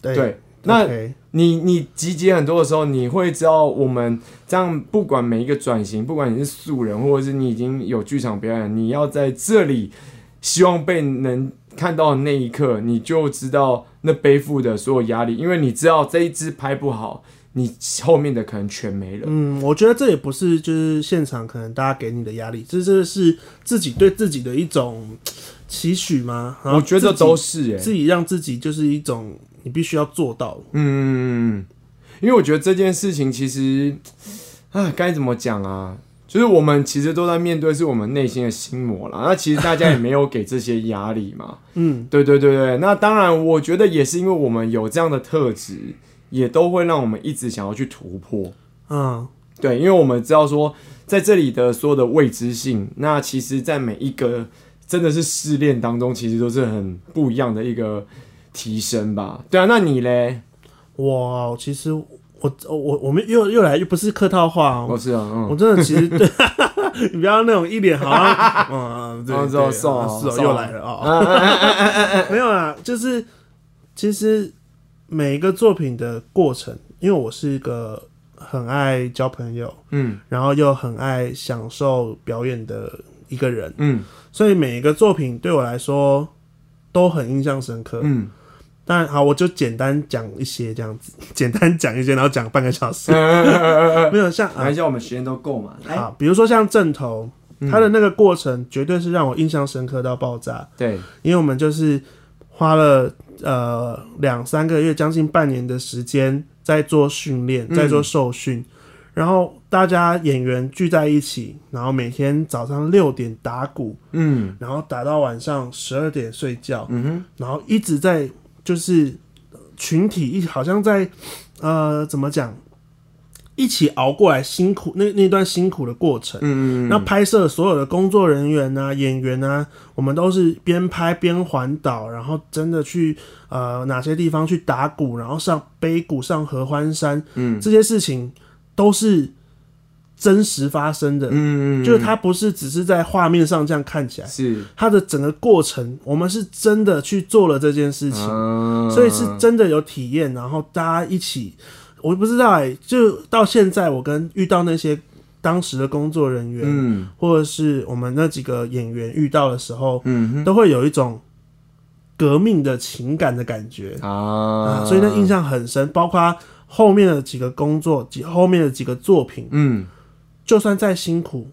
对
对，那
OK，
你你集结很多的时候，你会知道我们这样不管每一个转型，不管你是素人，或者是你已经有剧场表演，你要在这里希望被能看到的那一刻，你就知道那背负的所有压力，因为你知道这一支拍不好，你后面的可能全没了。
嗯，我觉得这也不是就是现场可能大家给你的压力，这这是自己对自己的一种期许吗？然后
我觉
嗯自
得
己
都是哎、
自己让自己就是一种你必须要做到。
嗯，因为我觉得这件事情其实，啊，该怎么讲啊？就是我们其实都在面对是我们内心的心魔啦。那其实大家也没有给这些压力嘛。
嗯，
对对对对。那当然，我觉得也是因为我们有这样的特质，也都会让我们一直想要去突破。
嗯，
对，因为我们知道说，在这里的所有的未知性，那其实，在每一个真的是试炼当中，其实都是很不一样的一个提升吧。对啊，那你嘞？
我其实我我我们又又来又不是客套话哦、
我、是啊，嗯
我，真的其实对，你不要那种一脸好像，嗯，对，
哦
对
知道
啊是
送哦
哦，
送
又
哦
来了哦，没有啦，就是其实每一个作品的过程，因为我是一个很爱交朋友，
嗯
然后又很爱享受表演的一个人，
嗯
所以每一个作品对我来说都很印象深刻。
嗯，
但好，我就简单讲一些这样子，简单讲一些，然后讲半个小时，没有像啊
还，下我们时间都够嘛？来，
好，比如说像正头，他的那个过程绝对是让我印象深刻到爆炸，
对，
因为我们就是花了呃两三个月，将近半年的时间在做训练，在做受训。然后大家演员聚在一起，然后每天早上六点打鼓，
嗯
然后打到晚上十二点睡觉，
嗯哼，
然后一直在就是呃群体一好像在呃怎么讲，一起熬过来辛苦那那段辛苦的过程。
嗯
那拍摄所有的工作人员啊、演员啊，我们都是边拍边环岛，然后真的去呃哪些地方去打鼓，然后上背鼓、上合欢山，
嗯
这些事情都是真实发生的，
嗯
就是它不是只是在画面上这样看起来，
是，
它的整个过程，我们是真的去做了这件事情，
嗯
所以是真的有体验，然后大家一起，我不知道哎、就到现在我跟遇到那些当时的工作人员，
嗯
或者是我们那几个演员遇到的时候，
嗯
都会有一种革命的情感的感觉
哼
啊，
啊，
所以那印象很深。包括后面的几个工作，几后面的几个作品，
嗯
就算再辛苦，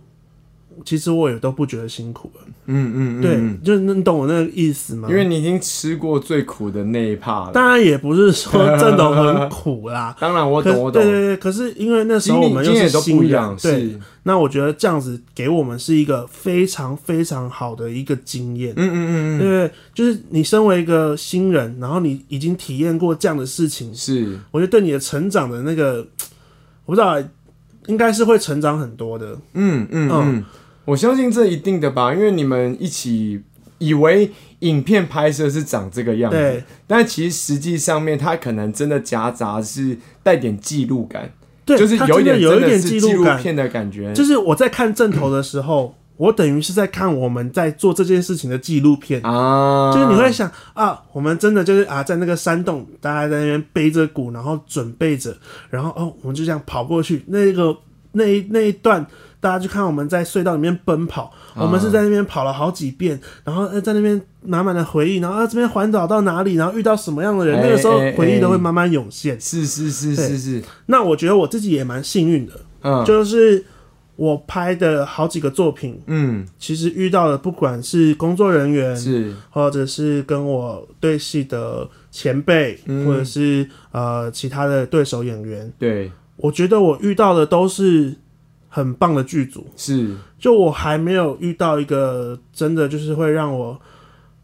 其实我也都不觉得辛苦了。
嗯嗯嗯，
对，就是你懂我那个意思吗？
因为你已经吃过最苦的那一趴了。
当然也不是说郑董很苦
，
啦
当然，我
可
懂，
是
我
对对
懂。
对，可是因为那时候
历
我们又
经
是
验都不
新
一
人，
样，
对，
是，
那我觉得这样子给我们是一个非常非常好的一个经验。
嗯嗯嗯嗯，
对，就是你身为一个新人，然后你已经体验过这样的事情，
是，
我觉得对你的成长的那个，我不知道欸，应该是会成长很多的。
嗯嗯
嗯
嗯，我相信这一定的吧，因为你们一起以为影片拍摄是长这个样子，
对
但其实实际上面它可能真的夹杂是带点记录感，
对，
就是
它
有一
真的
点
有一
真的
点
是
记
纪
录
录
感。
片的感觉，
就是我在看正头的时候，我等于是在看我们在做这件事情的纪录片。
啊，
就是你会想啊，我们真的就是啊，在那个山洞，大家在那边背着鼓，然后准备着，然后哦，我们就这样跑过去。那个那一那一段，大家就看我们在隧道里面奔跑，
啊
我们是在那边跑了好几遍，然后呃在那边满满的回忆，然后啊这边环岛到哪里，然后遇到什么样的人，
哎
那个时候
哎
回忆都
哎
会慢慢涌现。
是是是
对
是是，
那我觉得我自己也蛮幸运的，
嗯
就是我拍的好几个作品，
嗯
其实遇到了不管是工作人员，
是，
或者是跟我对戏的前辈，或者是呃其他的对手演员，
对
我觉得我遇到的都是很棒的剧组，
是，
就我还没有遇到一个真的就是会让我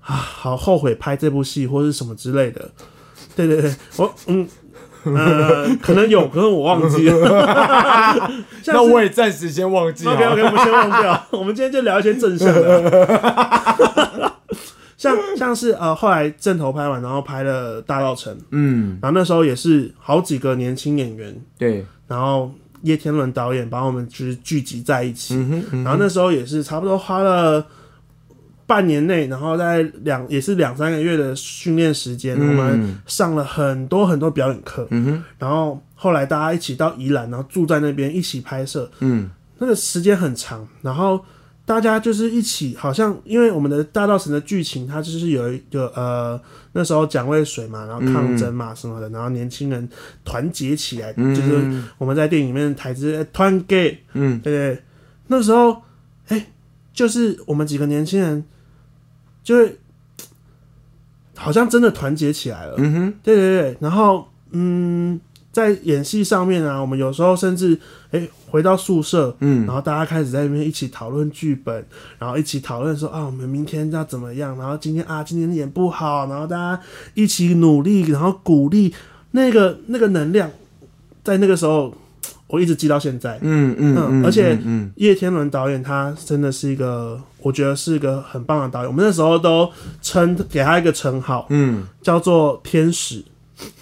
啊好后悔拍这部戏或是什么之类的。对对对，我嗯。呃，可能有，可能我忘记了。 像
那
是
我也暂时先 忘记
OK
了，
OK，我们哦先忘掉。 我们今天就聊一些正向的。 像像是呃，后来正头拍完，然后拍了《大稻城》，
嗯
然后那时候也是好几个年轻演员，
对，
然后叶天伦导演把我们就是聚集在一起。
嗯哼嗯
然后那时候也是差不多花了半年内，然后在两也是两三个月的训练时间，我们
嗯
上了很多很多表演课。
嗯哼
然后后来大家一起到宜兰，然后住在那边一起拍摄，
嗯
那个时间很长，然后大家就是一起，好像因为我们的大道城的剧情，它就是有一个呃，那时候蒋渭水嘛，然后抗争嘛什么的，然后年轻人团结起来，就是我们在电影里面的台词“团结”，
嗯，
对对，那时候哎、就是我们几个年轻人，就会好像真的团结起来了，
嗯哼，
对对对，然后嗯，在演戏上面啊，我们有时候甚至哎、回到宿舍，
嗯
然后大家开始在那边一起讨论剧本，然后一起讨论说啊，我们明天要怎么样，然后今天啊，今天演不好，然后大家一起努力，然后鼓励那个那个能量，在那个时候我一直记到现在。
嗯嗯
嗯
嗯，
而且
嗯嗯
叶天伦导演他真的是一个，我觉得是一个很棒的导演。我们那时候都称给他一个称号，
嗯，
叫做天使。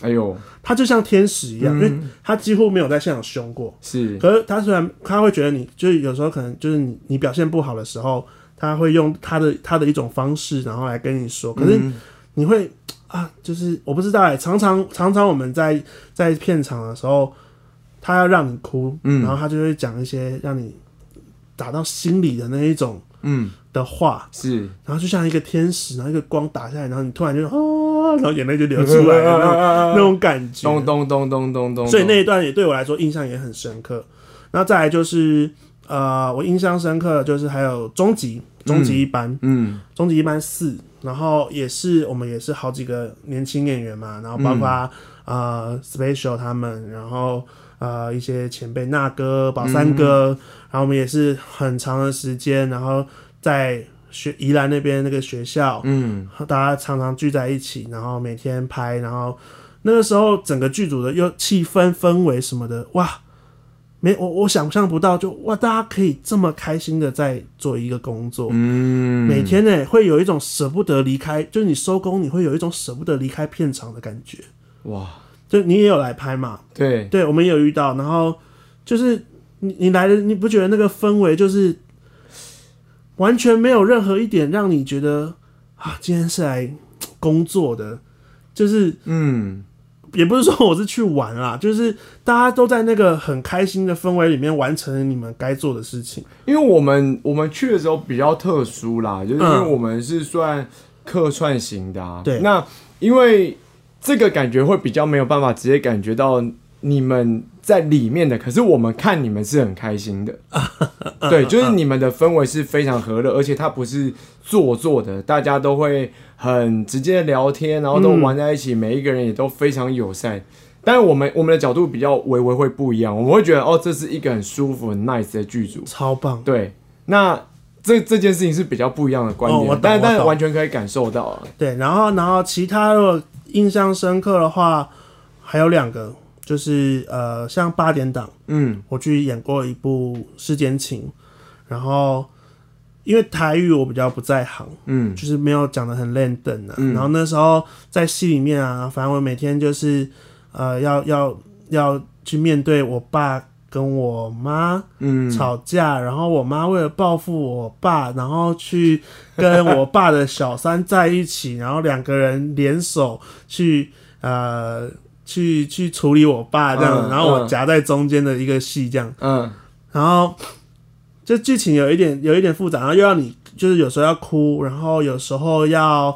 哎呦，
他就像天使一
嗯
样，因为他几乎没有在现场凶过。
是，
可是他虽然他会觉得你，就是有时候可能就是你你表现不好的时候，他会用他的他的一种方式，然后来跟你说。可是
嗯
你会啊，就是我不知道哎、常常常常我们在在片场的时候，他要让你哭，
嗯
然后他就会讲一些让你打到心里的那一种
嗯
的话，
是，
然后就像一个天使，然后一个光打下来，然后你突然就啊，然后眼泪就流出来了 那种那种感觉。
咚咚咚咚咚咚，
所以那一段也对我来说印象也很深刻。那再来就是呃，我印象深刻的就是还有终极终极一班，
嗯
终极一班四，然后也是我们也是好几个年轻演员嘛，然后包括、呃 Special 他们，然后呃一些前辈那哥、宝三哥，然后我们也是很长的时间，然后在学宜兰那边那个学校，
嗯
大家常常聚在一起，然后每天拍，然后那个时候整个剧组的又气氛氛围什么的，哇，没我我想象不到就，哇，大家可以这么开心的在做一个工作，
嗯，
每天呢会有一种舍不得离开，就是你收工你会有一种舍不得离开片场的感觉，
哇，
就你也有来拍嘛，
对，
对我们也有遇到，然后就是你你来了，你不觉得那个氛围就是完全没有任何一点让你觉得啊，今天是来工作的，就是
嗯
也不是说我是去玩啦，就是大家都在那个很开心的氛围里面完成你们该做的事情。
因为我们我们去的时候比较特殊啦，就是因为我们是算客串型的啊。
对
那因为这个感觉会比较没有办法直接感觉到你们在里面的，可是我们看你们是很开心的。对，就是你们的氛围是非常和乐，而且它不是做作的，大家都会很直接地聊天，然后都玩在一起，每一个人也都非常友善。但我们我们的角度比较微微会不一样，我们会觉得哦，这是一个很舒服、很 nice 的剧组。
超棒！
对，那这这件事情是比较不一样的观
哦
点，
我懂
但
我
但
懂
完全可以感受到啊。
对，然后然后其他如果印象深刻的话，还有两个，就是呃，像八点档。
嗯
我去演过一部《世间情》，然后因为台语我比较不在行，
嗯
就是没有讲的很练等啊。然后那时候在戏里面啊，反正我每天就是呃，要要要去面对我爸跟我妈
嗯，
吵架，然后我妈为了报复我爸，然后去跟我爸的小三在一起，然后两个人联手去呃去去处理我爸这样，
嗯
然后我
嗯
夹在中间的一个戏这样，
嗯
然后这剧情有一点有一点复杂，然后又让你就是有时候要哭，然后有时候要。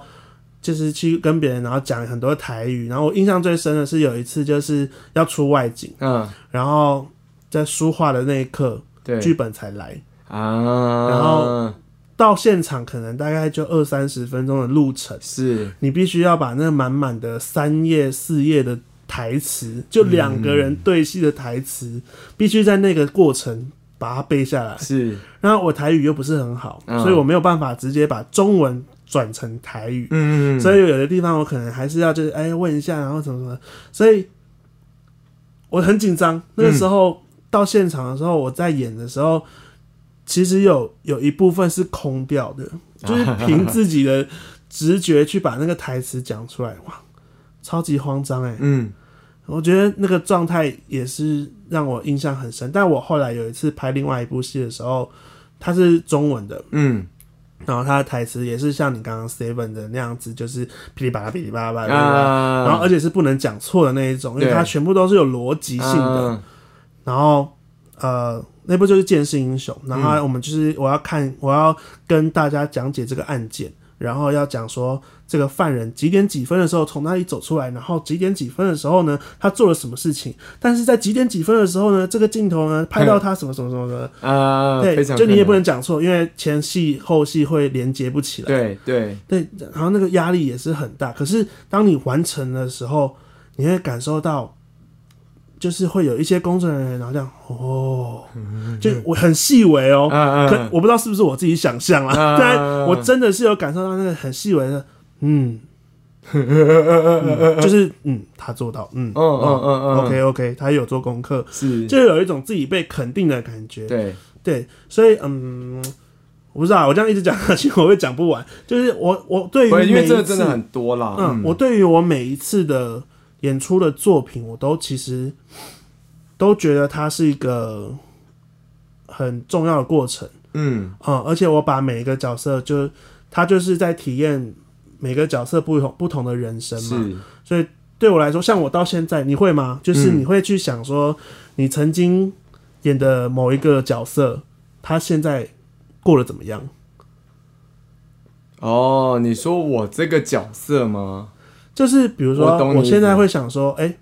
就是去跟别人，然后讲很多台语。然后我印象最深的是有一次，就是要出外景，
嗯，
然后在书画的那一刻，
对
剧本才来。
啊，
然后到现场可能大概就二三十分钟的路程，
是
你必须要把那满满的三页四页的台词，就两个人对戏的台词，必须在那个过程把它背下来。
是，
然后我台语又不是很好，
嗯
所以我没有办法直接把中文转成台语，
嗯
所以有的地方我可能还是要就是哎问一下，然后怎么怎么，所以我很紧张。那个时候、到现场的时候，我在演的时候，其实有有一部分是空掉的，就是凭 自己的直觉去把那个台词讲出来，哇，超级慌张哎、
嗯
我觉得那个状态也是让我印象很深。但我后来有一次拍另外一部戏的时候，它是中文的，
嗯
然后它的台词也是像你刚刚 Seven 的那样子，就是噼里啪啦噼里啪啦噼里啪啦，
啊，
然后而且是不能讲错的那一种，因为
对啊
它全部都是有逻辑性的。
嗯
然后呃，那部就是《剑士英雄》，然后我们就是我要看，我要跟大家讲解这个案件，然后要讲说这个犯人几点几分的时候从哪里走出来，然后几点几分的时候呢，他做了什么事情，但是在几点几分的时候呢，这个镜头呢拍到他什么什么什么的，
啊，
对
非，常
就你也不
困
能讲错，因为前戏后戏会连接不起来。
难对对，
对，然后那个压力也是很大。可是当你完成的时候，你会感受到，就是会有一些工作人员，然后这样哦，就我很细微哦。
嗯
可
嗯
我不知道是不是我自己想象啦，
嗯
但我真的是有感受到那个很细微的，嗯，嗯就是嗯，他做到，嗯
嗯嗯嗯嗯，
，OK OK，他有做功课，
是，
哦就有一种自己被肯定的感觉。
对，
对，所以嗯，我不知道，我这样一直讲下去，我会讲不完。就是我我对于
不是因
每
为
一
这
次，
个真的很多啦，
嗯，我对于我每一次的演出的作品，我都其实都觉得它是一个很重要的过程。
嗯
嗯，而且我把每一个角色就，他就是在体验每个角色不同不同的人生嘛。
是，
所以对我来说，像我到现在，你会吗？就是
嗯
你会去想说，你曾经演的某一个角色，他现在过得怎么样？
哦，你说我这个角色吗？
就是比如说，
我懂
我
你
现在会想说，哎、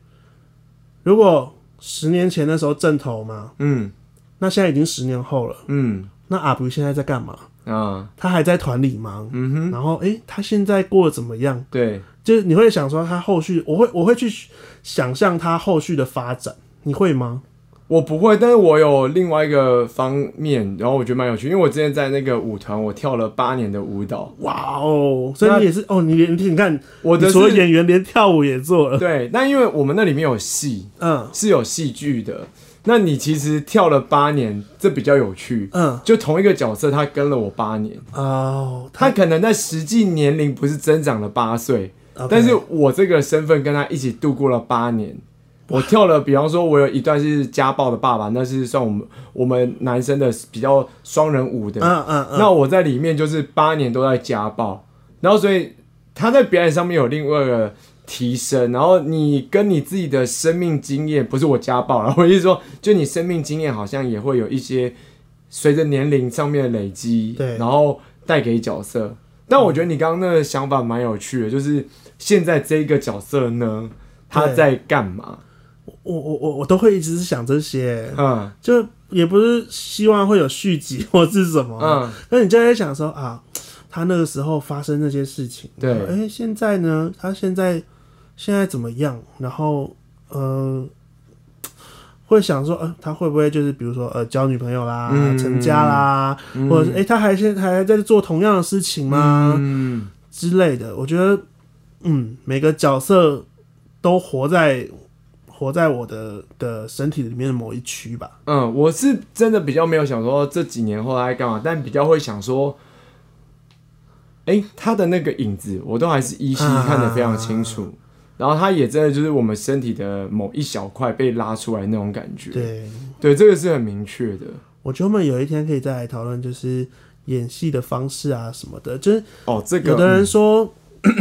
如果十年前那时候正头嘛，
嗯
那现在已经十年后了，
嗯
那阿布现在在干嘛？
啊
他还在团里吗？
嗯哼，
然后，哎、他现在过得怎么样？
对，
就是你会想说，他后续，我会我会去想象他后续的发展，你会吗？
我不会，但是我有另外一个方面，然后我觉得蛮有趣，因为我之前在那个舞团，我跳了八年的舞蹈，
哇哦！所以
那
你也是哦，你连你看，
我的
你除了
是
演员，连跳舞也做了。
对，那因为我们那里面有戏，
嗯
是有戏剧的。那你其实跳了八年，这比较有趣。
嗯，
就同一个角色，他跟了我八年，
哦，
他可能在实际年龄不是增长了八岁，
OK
但是我这个身份跟他一起度过了八年。我跳了，比方说，我有一段是家暴的爸爸，那是算我们我们男生的比较双人舞的。
嗯嗯嗯，
那我在里面就是八年都在家暴，然后所以他在表演上面有另外一个提升，然后你跟你自己的生命经验，不是我家暴了，我是说，就你生命经验好像也会有一些随着年龄上面的累积，
对嗯
然后带给角色。但我觉得你刚刚那个想法蛮有趣的，就是现在这个角色呢，他
对
在干嘛？
我我我我都会一直想这些，
嗯
就也不是希望会有续集或是什么，
嗯，
那你就在想说啊，他那个时候发生那些事情，
对
哎、现在呢，他现在现在怎么样？然后呃。会想说，呃，他会不会就是比如说，呃，交女朋友啦，
嗯
成家啦，或者是，哎、他还现还在做同样的事情吗？
嗯，
之类的。我觉得，嗯，每个角色都活在活在我的的身体里面的某一区吧。
嗯，我是真的比较没有想说这几年后他在干嘛，但比较会想说，哎、他的那个影子，我都还是依稀看得非常清楚。
啊
然后他也真的就是我们身体的某一小块被拉出来那种感觉。
对，
对，这个是很明确的。
我觉得我们有一天可以再来讨论，就是演戏的方式啊什么的。就是
哦，这个
有的人说，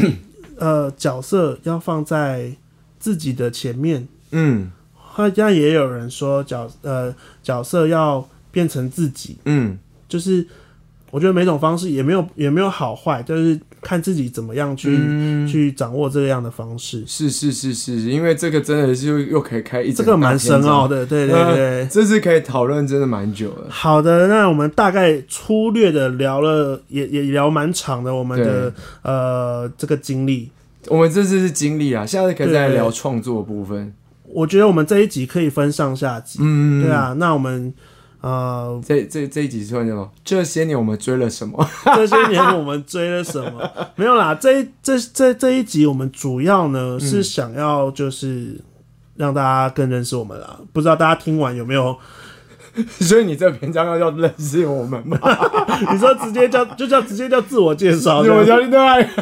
呃，角色要放在自己的前面，
嗯
好像也有人说角呃角色要变成自己，
嗯
就是。我觉得每种方式也没有也没有好坏，就是看自己怎么样去、
嗯，
去掌握这样的方式，
是是是是，因为这个真的是又又可以开一
这
整
个
大
蛮
篇章
深奥，的，对对
呃
对。
这是可以讨论真的蛮久的。
好的，那我们大概粗略的聊了，也也聊蛮长的，我们的呃这个经历，
我们这次是经历啊，下次可以再
对
聊创作的部分。
我觉得我们这一集可以分上下集，
嗯，
对啊，那我们呃
这这这一集算什么？这些年我们追了什么？
这些年我们追了什么？没有啦，这一这这这一集我们主要呢是想要就是让大家更认识我们啦，不知道大家听完有没有？
所以你这篇章要要认识我们吗？
你说直接叫就叫直接叫自我介绍，
我
这样
相信对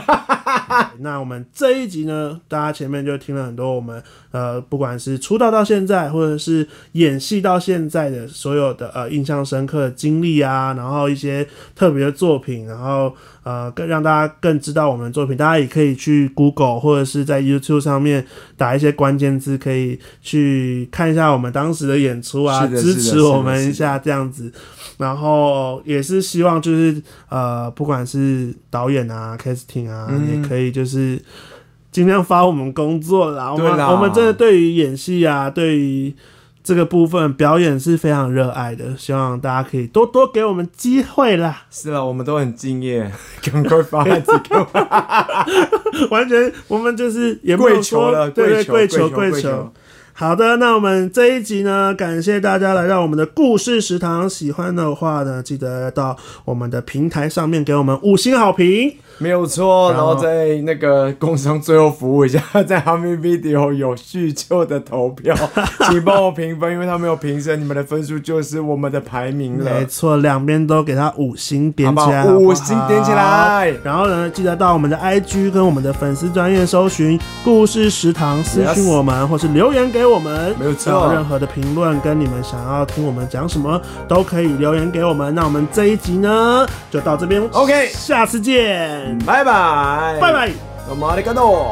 吧？
那我们这一集呢，大家前面就听了很多我们呃，不管是出道到现在，或者是演戏到现在的所有的呃印象深刻的经历啊，然后一些特别的作品，然后呃更让大家更知道我们的作品。大家也可以去 Google 或者是在 YouTube 上面打一些关键字，可以去看一下我们当时的演出啊，
是的
支
是的
持我
是的
们
是
一
的
下这样子。然后也是希望就是呃，不管是导演啊、casting 啊，
嗯
也可以就是尽量发我们工作啦。我们
对啦
我们真的对于演戏啊，对于这个部分表演是非常热爱的，希望大家可以多多给我们机会啦。
是了，我们都很敬业， 赶快发案子给我们。
完全我们就是也不
跪
能
求
说
了，
对对，跪
跪
求
求
跪
跪
求。。好的，那我们这一集呢，感谢大家来到我们的故事食堂。喜欢的话呢，记得到我们的平台上面给我们五星好评。
没有错，
然
然
后
后在那个工商最后服务一下， 在 h a m i Video 有叙旧的投 票，请帮我评分，因为他们有评审，你们的分数就是我们的排名
没
了，
错，两边都给它五星
好
点
不
起来
好？
好不好
五星点起。来，
然后呢，记得到我们的 IG 跟我们的粉丝专业搜寻“故事食堂”，私讯
Yes
我们或是留言给我们。
没有
然后任
错。
何的评论跟你们想要听我们讲什么，都可以留言给我们。那我们这一集呢，就到这边
OK
下次见，
拜拜，
拜，拜。
我们阿里嘎多。